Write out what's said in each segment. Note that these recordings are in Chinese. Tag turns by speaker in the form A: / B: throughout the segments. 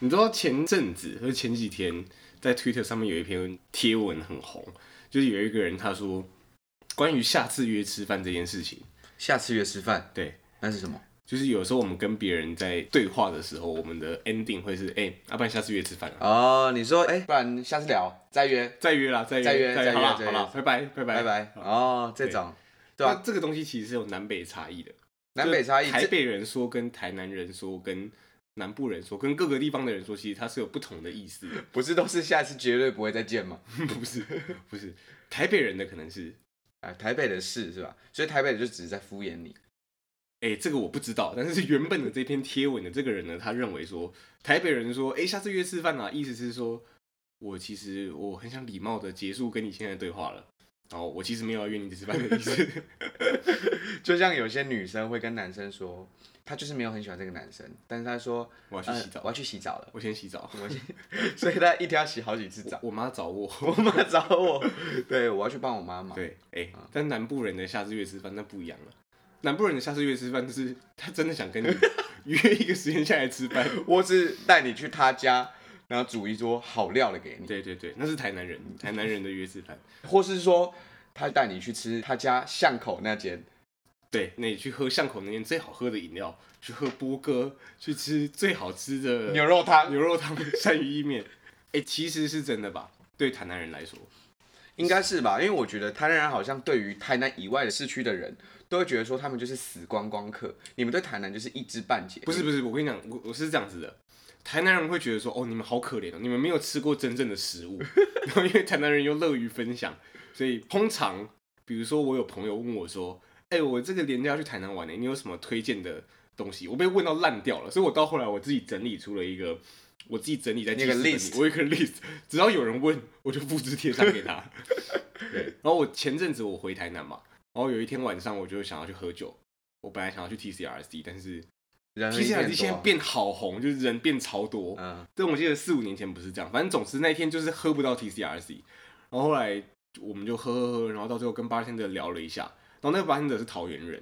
A: 你知道前阵子和前几天在 Twitter 上面有一篇贴文很红，就是有一个人他说关于下次约吃饭这件事情，
B: 下次约吃饭，
A: 对，
B: 那是什么？
A: 就是有时候我们跟别人在对话的时候，我们的 ending 会是哎，要、不然下次约吃饭啊，
B: 哦，你说，哎，不然下次聊，再约，
A: 再约啦，再约，
B: 再约
A: 好啦
B: 再约
A: 好啦，拜拜，拜拜，
B: 拜拜。
A: 好
B: 哦，这种对
A: 那
B: 啊，
A: 这个东西其实是有南北差异的，
B: 南北差异，
A: 台
B: 这
A: 北人说跟台南人说跟。南部人说，跟各个地方的人说，其实它是有不同的意思的，
B: 不是都是下次绝对不会再见 吗？
A: 不是不是台北人的可能是
B: 啊，台北的事是吧？所以台北的就只是在敷衍你。
A: 哎、这个我不知道，但是原本的这篇贴文的这个人呢，他认为说，台北人说，哎、下次约吃饭啊，意思是说我其实我很想礼貌的结束跟你现在的对话了，然后我其实没有要约你吃饭的意思，
B: 就像有些女生会跟男生说，她就是没有很喜欢这个男生，但是她说
A: 我要去洗澡
B: 呃我要去洗澡了，
A: 我先洗澡，
B: 我先， 所以她一天要洗好几次澡。
A: 我妈找我，
B: 我 妈找我，对我要去帮我妈啊忙。
A: 对，哎、但南部人的下次约吃饭那不一样了，南部人的下次约吃饭就是他真的想 跟你约一个时间下来吃饭，
B: 我只带你去她家，然后煮一桌好料的给你，
A: 对对对，那是台南人，台南人的约吃饭，
B: 或是说她带你去吃她家巷口那间，
A: 对，那你去喝巷口那间最好喝的饮料，去喝波哥，去吃最好吃的
B: 牛肉汤，
A: 牛肉汤、 鳝鱼意面。哎、其实是真的吧？对台南人来说，
B: 应该是吧？因为我觉得台南人好像对于台南以外的市区的人，都会觉得说他们就是死观光客，你们对台南就是一知半解。
A: 不是不是，我跟你讲，我我是这样子的，台南人会觉得说，哦，你们好可怜哦，你们没有吃过真正的食 物。然后因为台南人又乐于分享，所以通常，比如说我有朋友问我说，哎、我这个连假要去台南玩呢、你有什么推荐的东西？我被问到烂掉了，所以我到后来我自己整理出了一个。我自己整理在
B: 那
A: 记
B: 个
A: 事本里
B: list
A: 我有一个 list，只要有人问，我就复制贴上给 他。对，然后我前阵子我回台南嘛，然后有一天晚上我就想要去喝酒，我本来想要去 TCRC，但是
B: 人会
A: T C R C 现在
B: 多
A: 变好红，就是人变超多。
B: 嗯，
A: 但我记得四五年前不是这样，反正总之那一天就是喝不到 T C R C，然后后来我们就喝喝喝，然后到最后跟八天的聊了一下，然后那个八天的是桃园人，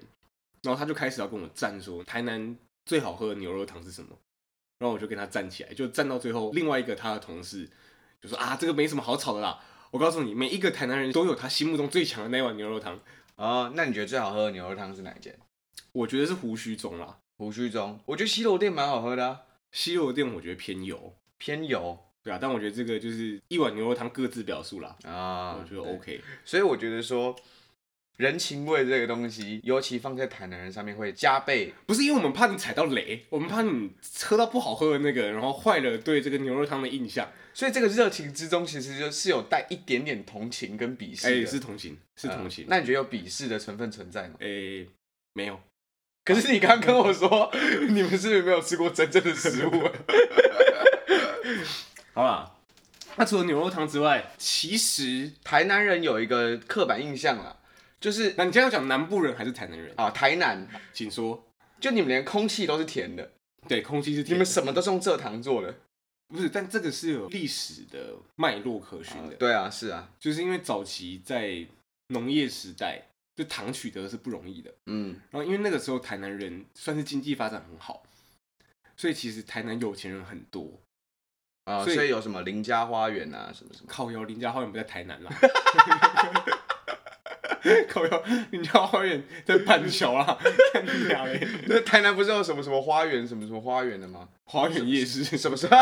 A: 然后他就开始要跟我站说台南最好喝的牛肉汤是什么，然后我就跟他站起来，就站到最后，另外一个他的同事就说啊这个没什么好吵的啦，我告诉你，每一个台南人都有他心目中最强的那碗牛肉汤，
B: 哦，那你觉得最好喝的牛肉汤是哪一间？
A: 我觉得是胡须中啦，
B: 胡须中，我觉得西楼店蛮好喝的、啊，
A: 西肉店我觉得偏油。
B: 偏油
A: 对啊，但我觉得这个就是一碗牛肉汤各自表述啦，
B: 啊，
A: 我觉得
B: 对
A: OK。
B: 所以我觉得说，人情味这个东西，尤其放在台南人上面会加倍。
A: 不是因为我们怕你踩到雷，我们怕你喝到不好喝的那个，然后坏了对这个牛肉汤的印象。
B: 所以这个热情之中，其实就是有带一点点同情跟鄙视
A: 哎、
B: 的，
A: 是同情，是同情。
B: 嗯那你觉得有鄙视的成分存在吗？
A: 哎、没有，
B: 可是你刚刚跟我说， 你们是不是没有吃过真正的食物啊？
A: 好啦。那除了牛肉汤之外，其实，
B: 台南人有一个刻板印象啦，就是
A: 那你今天要讲南部人还是台南人？
B: 啊，台南
A: 请说。
B: 就你们连空气都是甜的，
A: 对，空气是
B: 你
A: 甜的，
B: 们什么都是用蔗糖做的。
A: 不是？但这个是有历史的脉络可循的，
B: 对啊，是啊，
A: 就是因为早期在农业时代，就糖取得是不容易的。
B: 嗯，
A: 然后因为那个时候台南人算是经济发展很好，所以其实台南有钱人很多。
B: 啊，
A: 所以
B: 所以有什么林家花园啊，什么什么，
A: 靠腰林家花园不在台南啦， 靠腰林家花园在板桥啦，看你俩嘞，
B: 那 台南不是有什么什么花园，什么什么花园的吗？
A: 花园夜市
B: 什么 什么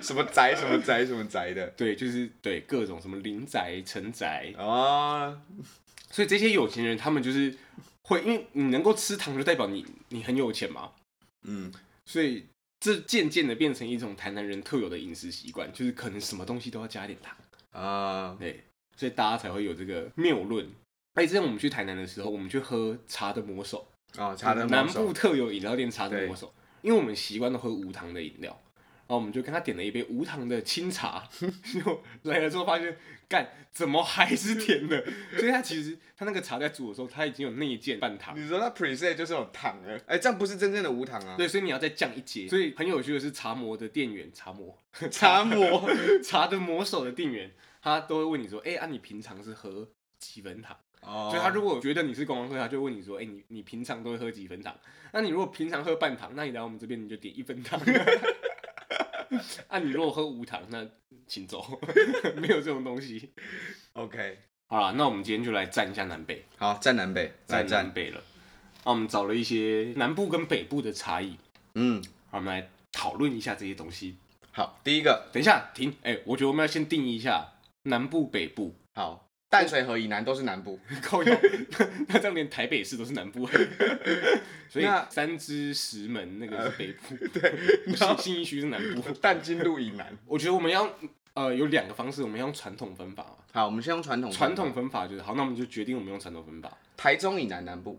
B: 什么宅，什么宅，什么宅的
A: 对，就是对各种什么林宅、城宅，
B: 啊？
A: 所以这些有钱人他们就是会，因为你能够吃糖，就代表你你很有钱嘛，
B: 嗯，
A: 所以这渐渐的变成一种台南人特有的饮食习惯，就是可能什么东西都要加一点糖。
B: 啊，
A: 对，所以大家才会有这个谬论。哎，之前我们去台南的时候，我们去喝茶的魔手，嗯
B: 哦，茶的
A: 南
B: 魔
A: 部
B: 手，
A: 特有饮料店茶的魔手，因为我们习惯都喝无糖的饮料，然后我们就跟他点了一杯无糖的清茶， 就来了之后发现，干怎么还是甜的？所以它其实它那个茶在煮的时候，它已经有内建半糖。
B: 你说它 preset 就是有糖的，哎，这样不是真正的无糖啊？
A: 对，所以你要再降一阶。所以很有趣的是，茶魔的店员，茶魔，
B: 茶魔
A: 茶的魔手的店员，他都会问你说：“哎、啊，你平常是喝几分糖？”
B: 哦，
A: 所以他如果觉得你是观光客，他就问你说：“哎、你你平常都会喝几分糖？那你如果平常喝半糖，那你来我们这边你就点一分糖。” 啊，你如果喝无糖，那请走， 没有这种东西。
B: OK，
A: 好了，那我们今天就来站一下南北，
B: 好，站南北，
A: 来
B: 来
A: 南
B: 站，
A: 北了。那我们找了一些南部跟北部的差异，
B: 嗯，
A: 好，我们来讨论一下这些东西。
B: 好，第一个，
A: 等一下，停，哎、我觉得我们要先定义一下南部、北部。
B: 好，淡水河以南都是南 部，
A: 靠腰，那那这样连台北市都是南部， 所以
B: 那呃
A: 三支石门那个是北部，对，
B: 然后
A: 新新一区是南部。
B: 淡金路以南。
A: 我觉得我们要呃有两个方式，我们要用传统分法嘛。
B: 好，我们先用传统，
A: 传统分法就是好，那我们就决定我们用传统分法。
B: 台中以南南部，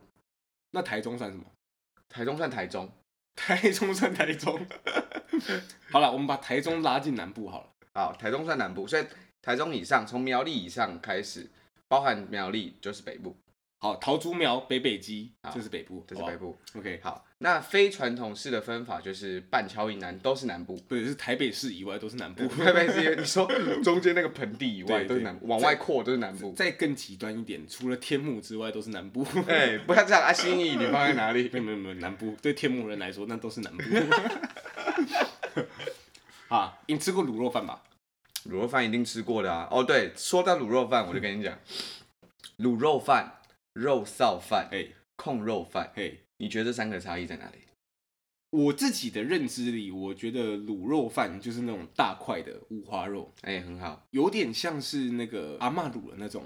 A: 那台中算什么？
B: 台中算台中。
A: 台中算台中。 好了，我们把台中拉进南部好了。
B: 好，台中算南部，所以台中以上，从苗栗以上开始，包含苗栗就是北部，
A: 好，桃竹苗、北北基
B: 好
A: 这是北部，
B: 啊这是北部。
A: 部。OK，
B: 好，那非传统式的分法就是板桥以南都是南部，
A: 不是是台北市以外都是南部。
B: 特别是你说中间那个盆地以外
A: 对
B: 都是
A: 对
B: 南部，往外扩都是南部。
A: 再更极端一点，除了天幕之外都是南部。
B: 哎，不要这样啊！心意你放在哪里
A: 没？有没有没有，南部对天母人来说，那都是 南部。啊，你吃过卤肉饭吧？
B: 卤肉饭一定吃过的啊！哦，对，说到卤肉饭，我就跟 你讲，卤肉饭、肉臊饭、
A: 嘿，
B: 控肉饭，
A: 嘿，
B: 你觉得这三个差异在哪里？
A: 我自己的认知里，我觉得卤肉饭就是那种大块的五花肉，
B: 哎、很好，
A: 有点像是那个阿嬷卤的那种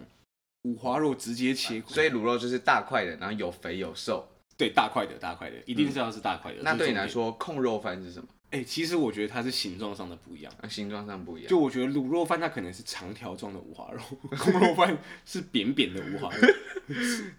A: 五花肉直接切块，
B: 所以卤肉就是大块的，然后有肥有瘦。
A: 对大块的大块的，一定是要是大块的。
B: 那
A: 这是
B: 对
A: 重
B: 你来
A: 点，
B: 说，控肉饭是什么？
A: 哎、其实我觉得它是形状上的不一样。
B: 啊、形状上不一样。
A: 就我觉得卤肉饭它可能是长条状的五花肉， 空肉饭是扁扁的五花 肉，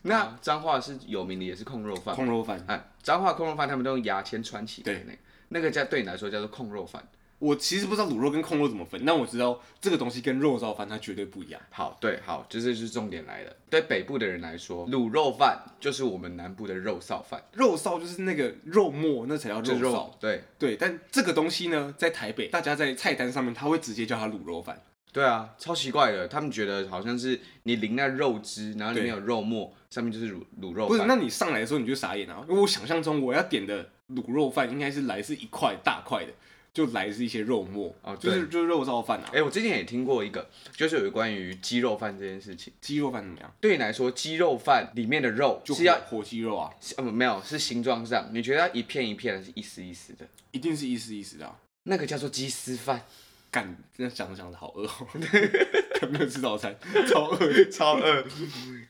B: 那彰化是有名的，也是控肉饭。
A: 空肉饭
B: 啊，彰化控肉饭他们都用牙签穿起来
A: 对
B: 那个，那个叫对你来说叫做控肉饭。
A: 我其实不知道卤肉跟控肉怎么分，但我知道这个东西跟肉燥饭它绝对不一样。
B: 好，对，好，这就是重点来了。对北部的人来说，卤肉饭就是我们南部的肉臊饭，
A: 肉臊就是那个肉末，那才叫
B: 就是
A: 肉臊。
B: 肉，对，
A: 对，但这个东西呢，在台北，大家在菜单上面，他会直接叫它卤肉饭。
B: 对啊，超奇怪的，他们觉得好像是你淋那肉汁，然后里面有肉末，上面就是卤卤肉
A: 不是，
B: 饭
A: 那你上来的时候你就傻眼啊！因为我想象中我要点的卤肉饭应该是来自一块大块的，就来自一些肉末，
B: 哦
A: 就
B: 对
A: 是就是肉燥饭啊
B: 哎、。我之前也听过一个，就是有关于鸡肉饭这件事情。
A: 鸡肉饭怎么样？
B: 对你来说，鸡肉饭里面的肉
A: 就是
B: 要
A: 火鸡肉啊，
B: 是呃没有是形状上，你觉得要一片一片的，是一丝一丝的，
A: 一定是意思意思的、啊。
B: 那个叫做鸡丝饭，
A: 干，真的想着想着好饿、 哦， 没有吃早餐，超饿的。
B: 超饿。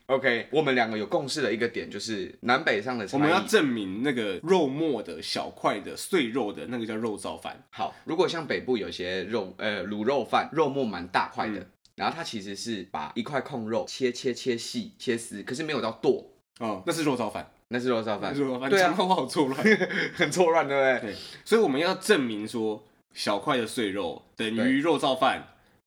B: OK，我们两个有共识的一个点就是南北上的差
A: 我
B: 异。
A: 们要证明那个肉末的小块的碎肉的那个叫肉燥饭，
B: 好，如果像北部有些肉，呃，卤肉饭肉末蛮大块
A: 嗯
B: 的，然后它其实是把一块控肉切切切细切丝，可是没有到剁，
A: 哦，那是肉燥饭，
B: 那是肉燥
A: 那
B: 饭
A: 是，肉燥饭，
B: 对啊
A: 讲话我好错乱。
B: 很错乱，对不对？
A: 对， 所以我们要证明说，小块的碎肉等于肉燥饭，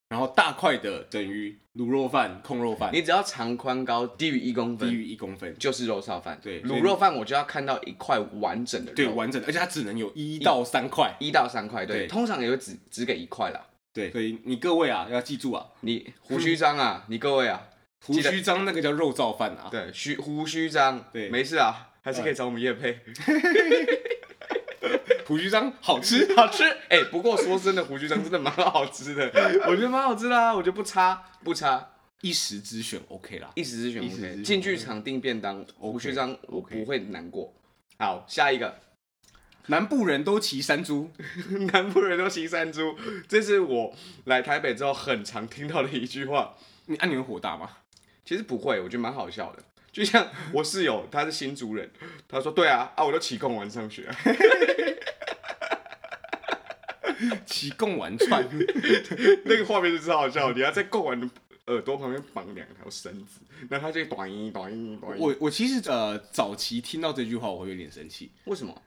A: 然后大块的等于卤肉饭、控肉饭，
B: 你只要长宽高低于一公
A: 低
B: 分，
A: 于一公分，
B: 就是肉燥饭。
A: 对所以
B: 卤肉饭我就要看到一块完整的
A: 对，
B: 肉，
A: 完整的，而且它只能有一到三块。
B: 一到三块，对，
A: 对
B: 通常也会只只给一块 啦。
A: 对，所以你各位啊，要记住啊，
B: 你胡须章啊，你各位啊，
A: 胡
B: 记得
A: 须章那个叫肉燥饭啊，
B: 对，须胡须章，
A: 对
B: 没事啊，还是可以找我们叶配。
A: 胡须章好 吃。
B: 好吃。哎、不过说真的，胡须章真的蛮好吃 的，我觉得蛮好吃的啊，我觉得不差不差，
A: 一时之选 OK 啦。
B: 一时之选
A: 一时之选
B: OK。进剧场订便当，胡须章我
A: OK
B: 不会难过。好，下一个，
A: 南部人都骑山猪，
B: 南部人都骑山猪，这是我来台北之后很常听到的一句话。
A: 你按、啊、你会火大吗？
B: 其实不会，我觉得蛮好笑的。就像我室友，他是新竹人，他说：“对啊，啊，我都骑共玩上学、啊。
A: 骑贡丸串，”
B: 那个画面就超好笑。你要在共玩的耳朵旁边绑两条绳子，然后他就短音短音短音。
A: 我我其实呃早期听到这句话，我会有点生气，
B: 为什么？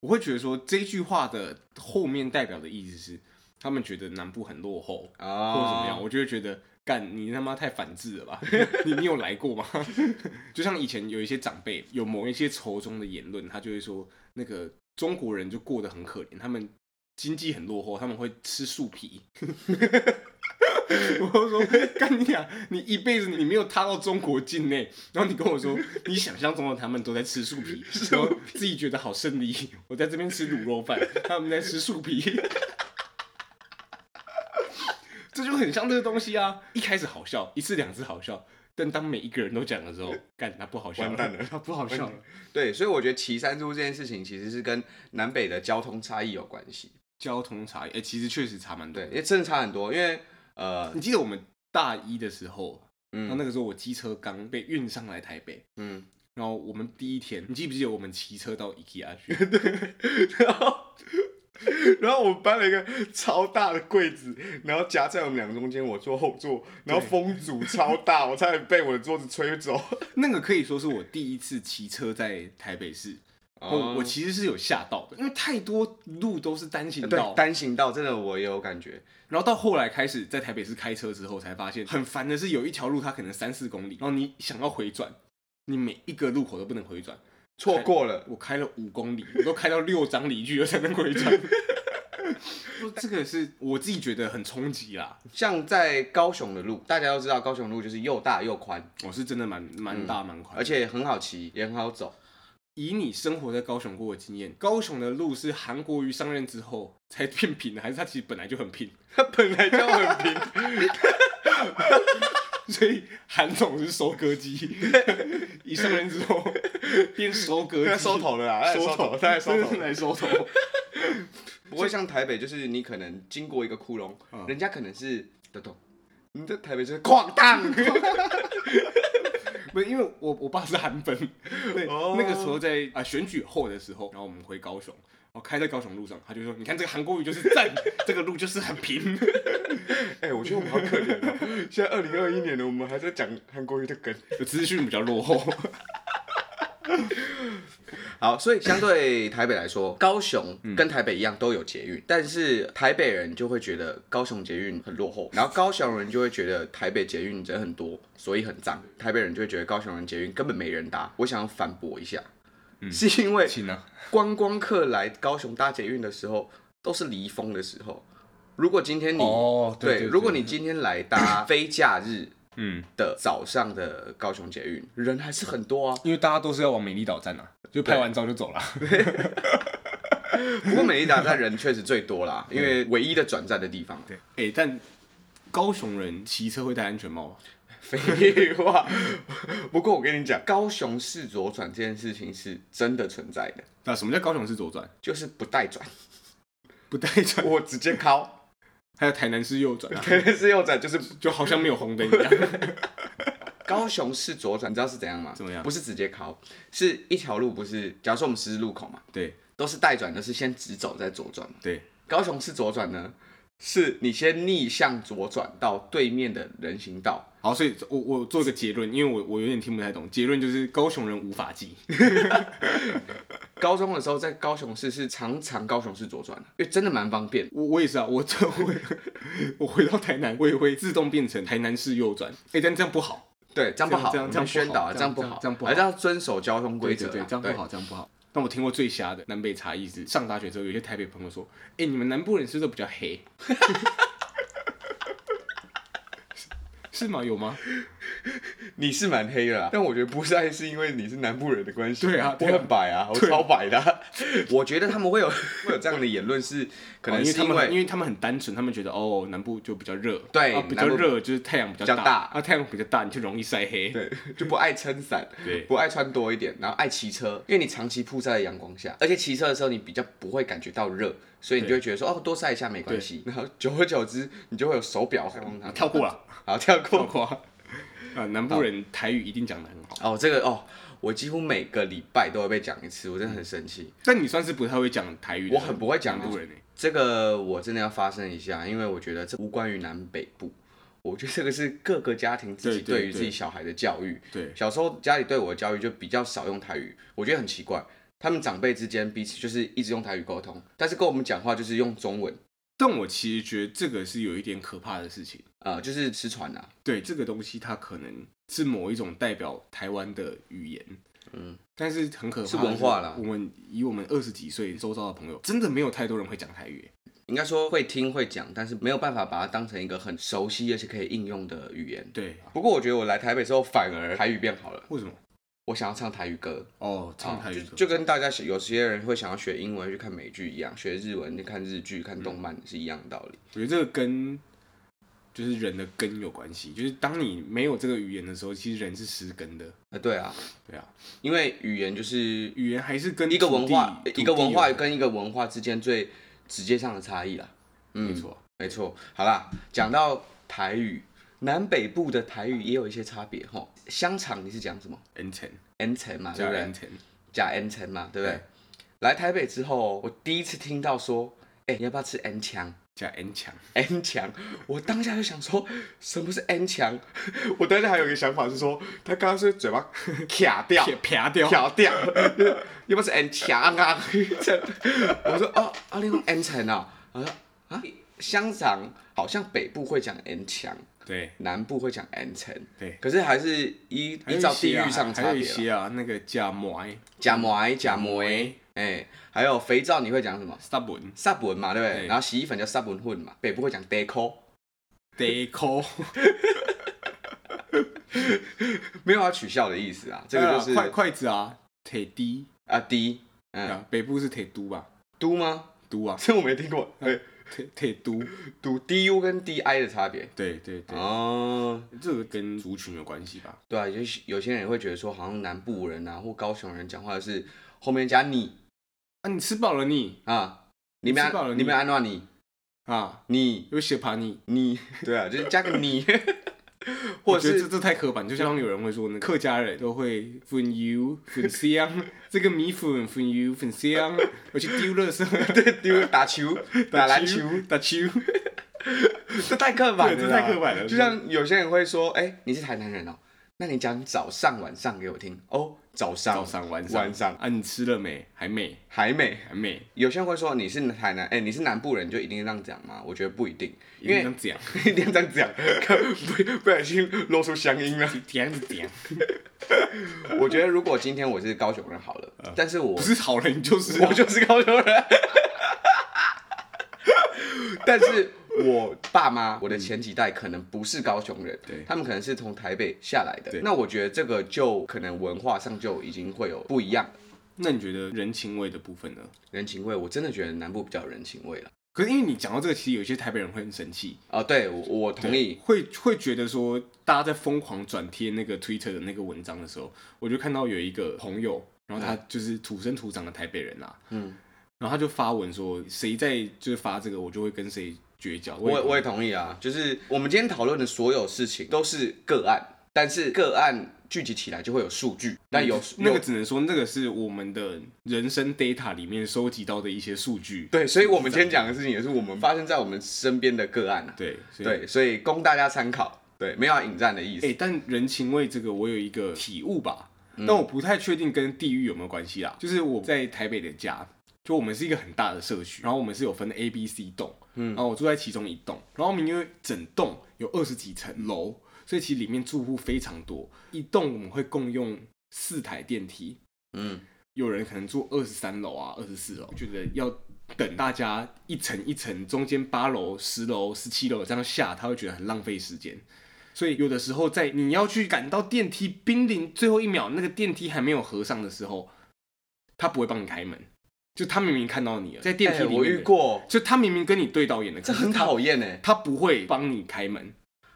A: 我会觉得说这句话的后面代表的意思是，他们觉得南部很落后
B: 啊
A: 或者怎么样，我就会觉得干你他妈太反智了吧？你 你有来过吗？就像以前有一些长辈有某一些仇中的言论，他就会说那个中国人就过得很可怜，他们经济很落后，他们会吃树皮。 我就说，干你俩，你一辈子你没有踏到中国境内，然后你跟我说，你想象中的他们都在吃 树皮，然后自己觉得好胜利。我在这边吃卤肉饭，他们在吃树皮。这就很像这个东西啊。一开始好笑，一次两次好笑，但当每一个人都讲的时候，干那不好笑，
B: 完蛋了
A: 他不好笑了。
B: 对，所以我觉得骑山猪这件事情其实是跟南北的交通差异有关系。
A: 交通差异，哎、其实确实差蛮多的。
B: 对，因为真的差很多，因为呃，
A: 你记得我们大一的时候，那
B: 嗯
A: 那个时候我机车刚被运上来台北，
B: 嗯，
A: 然后我们第一天，你记不记得我们骑车到 IKEA 去？
B: 然后 然后我们搬了一个超大的柜子，然后夹在我们俩中间，我坐后座，然后
A: 对
B: 风阻超大，我差点被我的桌子吹走。
A: 那个可以说是我第一次骑车在台北市，
B: 哦
A: 我我其实是有吓到的，因为太多路都是单行道
B: 对，单行道真的我也有感觉，
A: 然后到后来开始在台北市开车之后，才发现很烦的是有一条路它可能三四公里，然后你想要回转，你每一个路口都不能回转。
B: 错过了。
A: 我开了五公里，我都开到六张离去了才能回转。说这个是我自己觉得很冲击啦，
B: 像在高雄的路，大家都知道高雄路就是又大又宽，
A: 我是真的蛮蛮大蛮快、
B: 嗯而且很好骑，也很好 走。
A: 以你生活在高雄过的经验，高雄的路是韩国瑜上任之后才变平的，还是它其实本来就很平？
B: 它本来就很平，
A: 所以韩总是收割机， 一上任之后变收 割
B: 它
A: 机，
B: 收头了啊，
A: 收头，
B: 它在收
A: 真
B: 头
A: 的。来收头。
B: 不会像台北，就是你可能经过一个窟窿，
A: 嗯
B: 人家可能是咚咚，你在台北就是哐 当，
A: 不是因为我我爸是韩粉，对，
B: 哦
A: 那个时候在啊、选举后的时候，然后我们回高雄，我开在高雄路上，他就说：“你看这个韩国语就是赞， 这个路就是很平。
B: 哎、我觉得我们好可怜哦。 现在二零二一年了，我们还在讲韩国瑜的梗。”
A: 资讯比较落后。
B: 好，所以相对台北来说，高雄跟台北一样都有捷运，但是台北人就会觉得高雄捷运很落后，然后高雄人就会觉得台北捷运人很多，所以很脏。台北人就会觉得高雄人捷运根本没人搭。我想要反驳一下，是因为
A: 行 啊，
B: 观光客来高雄搭捷运的时候，都是离峰的时候。如果今天你、
A: 哦对对对
B: 如果你今天来搭 非假日
A: 嗯，
B: 的早上的高雄捷运，人还是很多啊。
A: 因为大家都是要往美丽岛站啊，就拍完照就走了。
B: 不过美利达站人确实最多啦，
A: 嗯
B: 因为唯一的转站的地方。
A: 对，哎、但高雄人骑车会戴安全帽吗？
B: 废话， 不过我跟你讲，高雄市左转这件事情是真的存在的，
A: 那什么叫高雄市左转？
B: 就是不带转，
A: 不带转，
B: 我直接靠，
A: 还有台南市右转、啊，
B: 肯定 是右转，就是
A: 就好像没有红灯一样。
B: 高雄市左转，你知道是怎样吗？
A: 怎么样
B: 不是直接靠，是一条路，不是。假如说我们十字路口嘛，
A: 对
B: 都是带转，都是先直走再左转嘛。
A: 对，
B: 高雄市左转呢，是你先逆向左转到对面的人行道，
A: 好，所以我我做一个结论，因为我我有点听不太懂。结论就是高雄人无法记，
B: 高中的时候在高雄市是常常高雄市左转的，因为真的蛮方便。
A: 我我也是啊，我这我我回到台南，我也会自动变成台南市右转。哎、但这样不好，
B: 对，这样不好，
A: 这样
B: 我们
A: 这样
B: 宣导啊，
A: 这
B: 这
A: 样
B: 样
A: 不
B: 不
A: 好
B: 好，
A: 这样不好
B: 还是要遵守交通规则
A: 对
B: 啊。
A: 对，这样不好，这样不好。但我听过最瞎的南北差异是，上大学之后，有些台北朋友说：“哎、你们南部人是不是都比较黑？” 是是吗？有吗？
B: 对你是蛮黑的啦，但我觉得不是爱是因为你是南部人的关系。
A: 对啊
B: 我
A: 对啊
B: 很白啊，我超白的啊。 我觉得他们会有会有这样的言论，是可
A: 哦
B: 能
A: 因为
B: 是
A: 他
B: 因
A: 们很因
B: 为
A: 为他们很单纯，他们觉得哦，南部就比较热，
B: 对
A: 啊、比较
B: 南部
A: 热就是太阳比较
B: 比较大
A: 啊，太阳比较大你就容易晒黑，
B: 对就不爱撑伞，
A: 对
B: 不爱穿多一点，然后爱骑车，因为你长期曝晒在阳光下，而且骑车的时候你比较不会感觉到热，所以你就会觉得说哦多晒一下没关系。然后久而久之，你就会有手表红
A: 啊，跳过了，
B: 好跳
A: 跳
B: 过。
A: 过 啊，啊南部人台语一定讲得很好，
B: 哦，这个哦，我几乎每个礼拜都会被讲一次，我真的很生气。
A: 但你算是不太会讲台语的，
B: 我很不会讲啊
A: 南部人欸
B: 这个我真的要发声一下，因为我觉得这无关于南北部，我觉得这个是各个家庭自己
A: 对对
B: 对于
A: 对
B: 自己小孩的教育。
A: 对，
B: 小时候家里对我的教育就比较少用台语，我觉得很奇怪。他们长辈之间彼此就是一直用台语沟通，但是跟我们讲话就是用中文，
A: 但我其实觉得这个是有一点可怕的事情，
B: 呃，就是失传啊。
A: 对，这个东西它可能是某一种代表台湾的语言，嗯，但是很可怕的，
B: 是文化啦
A: 我们以我们二十几岁周遭的朋友，真的没有太多人会讲台语欸、
B: 应该说会听会讲，但是没有办法把它当成一个很熟悉而且可以应用的语言。
A: 对，
B: 不过我觉得我来台北之后，反而台语变好了。
A: 为什么？
B: 我想要唱台语歌，
A: 哦，唱
B: 啊
A: 台语歌
B: 就就跟大家有些人会想要学英文去看
A: 嗯
B: 美剧一样，学日文去看日剧、看动漫是一样的道理。
A: 我觉得这个跟就是人的根有关系。就是当你没有这个语言的时候，其实人是失根的。
B: 呃，对啊，
A: 对啊，
B: 因为语言就是
A: 语言还是跟
B: 一个文化呃
A: 土地
B: 一个文
A: 土
B: 化
A: 地有
B: 跟一个文化之间最直接上的差异啦。嗯，
A: 没错，
B: 没错。好啦，讲到台语，南北部的台语也有一些差别吼。香肠你是讲什么
A: N ten
B: ？N 层嘛，对
A: 加
B: 不
A: N
B: 对？
A: ten，
B: 加 N 层嘛，对不对
A: 对？
B: 来台北之后，我第一次听到说，哎、你要不要吃 N 强？
A: 加 N 强，
B: N 强，我当下就想说什么是 N 强，我当下还有一个想法是说，他刚刚是嘴巴 卡掉，
A: 撇啪掉，
B: 卡掉，要不是 N 强啊，这样我说哦，阿玲 N 强啊，我说啊，香肠好像北部会讲 N 强，
A: 对
B: 南部会讲 N 强，
A: 对。
B: 可是还是依
A: 还有
B: 依
A: 一
B: 照地
A: 些啊
B: 域上
A: 还
B: 差
A: 有一
B: 别啦。
A: 些啊，那个加摩
B: 假馍假馍，哎
A: 哎、
B: 还有肥皂你会讲什么？
A: s t u b b o r n
B: 萨文嘛，对不对？
A: 对
B: 然后洗衣粉叫萨文混嘛，北部会讲 deco。
A: d e c o
B: 没有要取笑的意思啊， 这
A: 对
B: 个
A: 啊
B: 就是
A: 筷筷子啊，铁滴
B: 啊低，嗯，
A: 啊，北部是铁都吧？
B: 嘟吗？
A: 都啊，
B: 这我没听过，哎对，
A: 铁铁都，
B: 嘟 du 跟 di 的差别。
A: 对对对，
B: 哦，
A: 这个跟族群有关系吧？
B: 对啊，有些有些人会觉得说，好像南部人啊或高雄人讲话是后面加你
A: 啊，你吃饱了你
B: 啊，你们
A: 吃饱了
B: 安
A: 你
B: 你们安娜你
A: 啊，
B: 你
A: 有写盘你，
B: 你，对啊，就是加个你， 或
A: 我
B: 者
A: 觉得这
B: 是
A: 这太刻板，就像有人会说，那客家人都会粉油粉 香，这个米粉粉油粉香，我去丢垃圾，
B: 对丢 打球打篮球，
A: 打球，
B: 这太刻板了
A: 对
B: 啦，
A: 这太刻板了
B: 就像有些人会说，哎，你是台南人哦，那你讲早上晚上给我听哦，早上
A: 早上晚上
B: 晚上
A: 啊，你吃了没？还没
B: 还没。
A: 还没，
B: 有些人会说你是台南，哎、你是南部人就一定这样讲吗？我觉得不一定，因
A: 因为
B: 为
A: 这样讲，
B: 一定要这样讲，不不小心露出乡音啊了。
A: 这样子讲，
B: 我觉得如果今天我是高雄人好 了，但啊是我
A: 不是好人就是啊
B: 我就是高雄人，但是我爸妈我的前几代可能不是高雄人，
A: 对
B: 他们可能是从台北下来的
A: 对，
B: 那我觉得这个就可能文化上就已经会有不一样。
A: 那你觉得人情味的部分呢？
B: 人情味，我真的觉得南部比较有人情味了。
A: 可是因为你讲到这个，其实有一些台北人会很生气，
B: 哦，对，我我同意，
A: 会会觉得说，大家在疯狂转贴那个 Twitter 的那个文章的时候，我就看到有一个朋友，然后他就是土生土长的台北人啊啦、
B: 嗯，
A: 然后他就发文说，谁在就是发这个，我就会跟谁绝交。
B: 我也我
A: 也
B: 也同意啊，就是我们今天讨论的所有事情都是个案，但是个案聚集起来就会有数据，但有
A: 嗯那个
B: 有
A: 只能说那个是我们的人生 data 里面收集到的一些数据。
B: 对，所以我们今天讲的事情也是我们发生在我们身边的个案啊，
A: 对所以
B: 对，所以供大家参考，对，没有要引战的意思
A: 哎、，但人情味这个我有一个体悟吧，
B: 嗯
A: 但我不太确定跟地域有没有关系啦。就是我在台北的家，就我们是一个很大的社区，然后我们是有分 A、B、C 栋，嗯，然后我住在其中一栋，然后我们因为整栋有二十几层楼，所以其实里面住户非常多，一栋我们会共用四台电梯，
B: 嗯，
A: 有人可能住二十三楼啊、二十四楼，觉得要等大家一层一层，中间八楼、十楼、十七楼这样下，他会觉得很浪费时间。所以有的时候在你要去赶到电梯濒临最后一秒，那个电梯还没有合上的时候，他不会帮你开门，就他明明看到你了，在电梯
B: 哎
A: 里面、
B: 我遇，过，
A: 就他明明跟你对到眼了，
B: 这
A: 可是
B: 很
A: 他，
B: 讨厌哎，
A: 他不会帮你开门，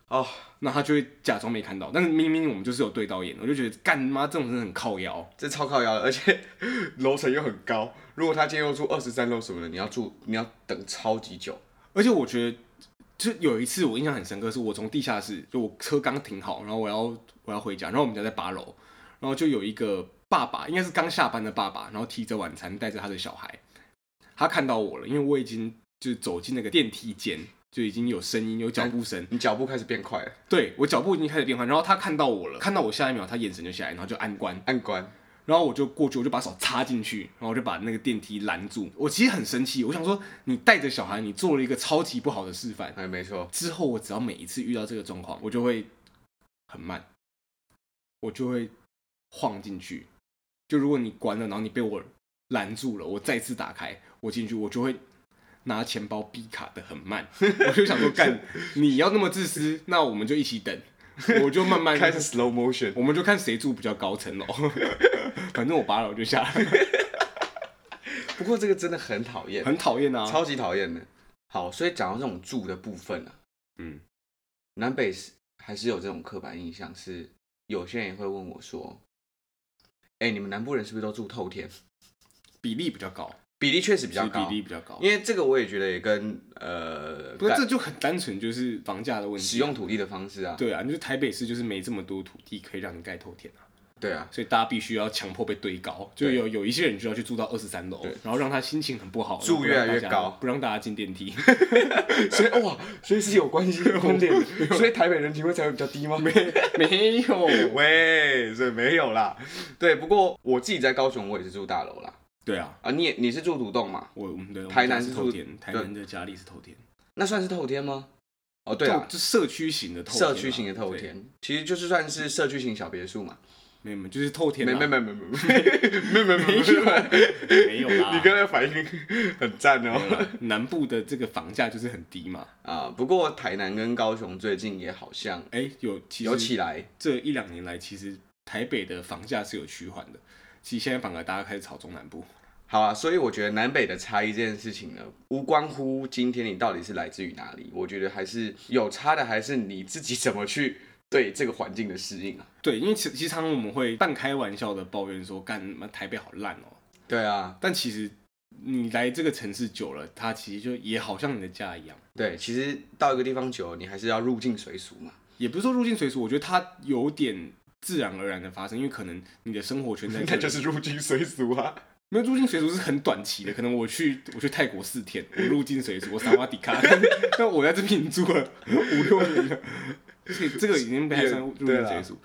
B: 哦，
A: 那他就会假装没看到，但是明明我们就是有对到眼，我就觉得干妈这种真的很靠腰。
B: 这超靠腰的，而且 楼层又很高，如果他今天又住二十三楼什么的，你要住你要等超级久，
A: 而且我觉得，就有一次我印象很深刻，是我从地下室，就我车刚停好，然后我要我要回家，然后我们家在八楼，然后就有一个爸爸，应该是刚下班的爸爸，然后提着晚餐带着他的小孩，他看到我了，因为我已经就是走进那个电梯间，就已经有声音有脚步声，
B: 你脚步开始变快了，
A: 对我脚步已经开始变换，然后他看到我了，看到我下一秒他眼神就下来，然后就按关，
B: 按关，
A: 然后我就过去，我就把手插进去，然后我就把那个电梯拦住。我其实很生气，我想说，你带着小孩，你做了一个超级不好的示范。
B: 哎，没错，
A: 之后我只要每一次遇到这个状况，我就会很慢，我就会晃进去。就如果你关了，然后你被我拦住了，我再次打开，我进去，我就会拿钱包逼卡的很慢。 我就想说，干，你要那么自私，那我们就一起等，我就慢慢
B: 开始 slow motion。
A: 我们就看谁住比较高层楼， 反正我八楼就下来，
B: 不过这个真的很讨厌，
A: 很讨厌啊。
B: 超级讨厌的。好，所以讲到这种住的部分啊，
A: 嗯，
B: 南北是还是有这种刻板印象，是有些人也会问我说：“哎、你们南部人是不是都住透天？”
A: 比例比较高，
B: 比例确实比较高，
A: 是比例比较高。
B: 因为这个我也觉得也跟呃，
A: 不过
B: 干
A: 这就很单纯，就是房价的问题。
B: 使用土地的方式啊，
A: 对啊，就是台北市就是没这么多土地可以让你盖透天啊，
B: 对啊，
A: 所以大家必须要强迫被堆高，就有有一些人就要去住到二十三楼，然后让他心情很不好，然后
B: 住
A: 不让
B: 越来越
A: 大家
B: 高
A: 不让大家进电 梯。
B: 所以哦哇，所以是有关系关 联的，所以台北人情味才会比较低吗？
A: 没有，
B: 喂，所以没有啦。对，不过我自己在高雄，我也是住大楼啦。
A: 对啊，
B: 啊，你也你是住独栋嘛？
A: 我我们的
B: 台南
A: 我们家
B: 是
A: 是
B: 住
A: 透天，台
B: 对
A: 南的家里是透天，
B: 那算是透天吗？哦，对
A: 透
B: 啊，
A: 就社区型的透天啊，
B: 社区型的透
A: 对，
B: 天，其实就是算是社区型小别墅嘛。
A: 没有没有，就是透天
B: 没
A: 啊，
B: 没没没没没没没没
A: 没有啊没有啦，
B: 你刚才反应很赞
A: 没有
B: 哦。
A: 啦南部的这个房价就是很低嘛，
B: 啊，不过台南跟高雄最近也好像
A: 哎，有其
B: 有
A: 实
B: 起来，
A: 这一两年来，其实台北的房价是有趋缓的。其实现在反而大家开始炒中南部，
B: 好啊，所以我觉得南北的差异这件事情呢，无关乎今天你到底是来自于哪里，我觉得还是有差的，还是你自己怎么去对这个环境的适应啊。
A: 对，因为其其实常常我们会半开玩笑的抱怨说，干妈台北好烂哦、
B: 对啊，
A: 但其实你来这个城市久了，它其实就也好像你的家一样，
B: 对，其实到一个地方久了，你还是要入境随俗嘛。
A: 也不是说入境随俗，我觉得它有点自然而然的发生，因为可能你的生活圈在 这里
B: 入境随俗啊。
A: 没有入境随俗是很短期的，可能我去我去泰国四天，我入境随俗，我萨瓦迪卡， 但但我在这边已经住了五六年了，所以这个已经被还算入
B: 对
A: 境
B: 啦
A: 随俗，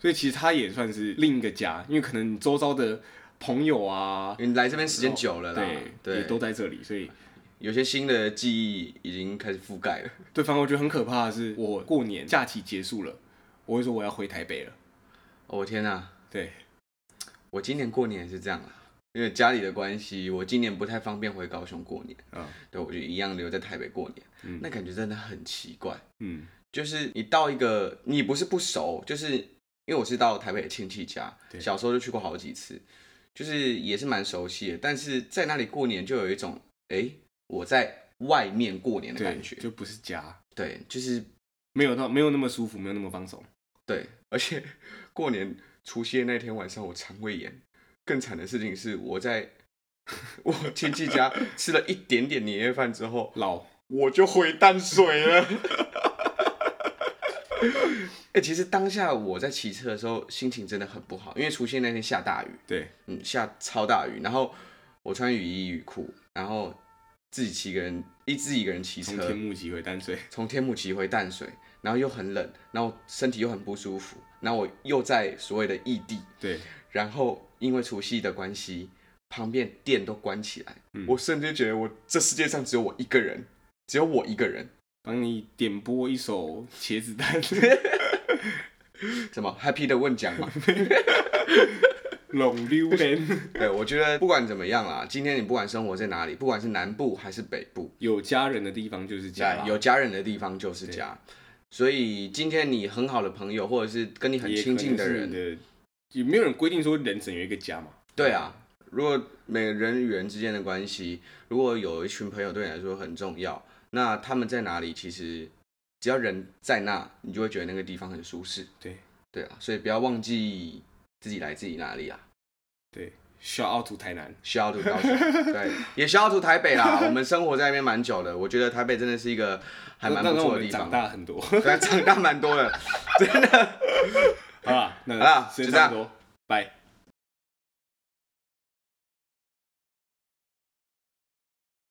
A: 所以其实它也算是另一个家，因为可能你周遭的朋友啊，
B: 你来这边时间久了啦，
A: 哦对也都在这里，所以
B: 有些新的记忆已经开始覆盖了。
A: 对方我觉得很可怕的是，我过年假期结束了，我会说我要回台北了，
B: 哦，我天哪、
A: 对，
B: 我今年过年也是这样啦，因为家里的关系，我今年不太方便回高雄过年，
A: 啊，
B: 对我就一样留在台北过年。
A: 嗯
B: 那感觉真的很奇怪，
A: 嗯，
B: 就是你到一个你不是不熟，就是因为我是到台北的亲戚家，
A: 对
B: 小时候就去过好几次，就是也是蛮熟悉的，但是在那里过年就有一种哎、诶我在外面过年的
A: 对
B: 感，觉，
A: 就不是家，
B: 对，就是
A: 没有那没有那么舒服，没有那么放松。
B: 对，而且 过年除夕的那天晚上，我肠胃炎。更惨的事情是，我在 我亲戚家吃了一点点年夜饭之后，
A: 老
B: 我就回淡水了。 哎、其实当下我在骑车的时候，心情真的很不好，因为除夕那天下大雨，
A: 对，
B: 嗯，下超大雨，然后我穿雨衣雨裤，然后自己骑个人，一自己一个人骑
A: 从
B: 车，
A: 天幕骑回淡水。
B: 从天母骑回淡水，然后又很冷，然后身体又很不舒服，然后我又在所谓的异地，
A: 对，
B: 然后因为除夕的关系，旁边店都关起来，
A: 嗯
B: 我瞬间觉得我这世界上只有我一个人，只有我一个人，
A: 帮你点播一首《茄子蛋》
B: 什么 happy 的 问奖嘛？
A: 龙溜人，
B: 对，我觉得不管怎么样啦，今天你不管生活在哪里，不管是南部还是北部，
A: 有家人的地方就是家啦，
B: 对有家人的地方就是家。所以今天你很好的朋友，或者是跟你很
A: 也
B: 亲近
A: 可
B: 的
A: 能是
B: 人
A: 你，的，也没有人规定说人只能有一个家嘛。
B: 对啊，如果每个人与人之间的关系，如果有一群朋友对你来说很重要，那他们在哪里，其实只要人在那，你就会觉得那个地方很舒适。
A: 对，
B: 对啊，所以不要忘记自己来自己哪里啊。
A: 对，小奥土台南，
B: 需要读 高雄，对，也需要读台北啦。我们生活在那边蛮久的，我觉得台北真的是一个还蛮
A: 那
B: 不
A: 让我
B: 错的
A: 们
B: 地
A: 长
B: 方，
A: 大很多。
B: 对，长大蛮多的。
A: 好啦，那
B: 好啦
A: 时间
B: 就这样
A: 差不多，拜。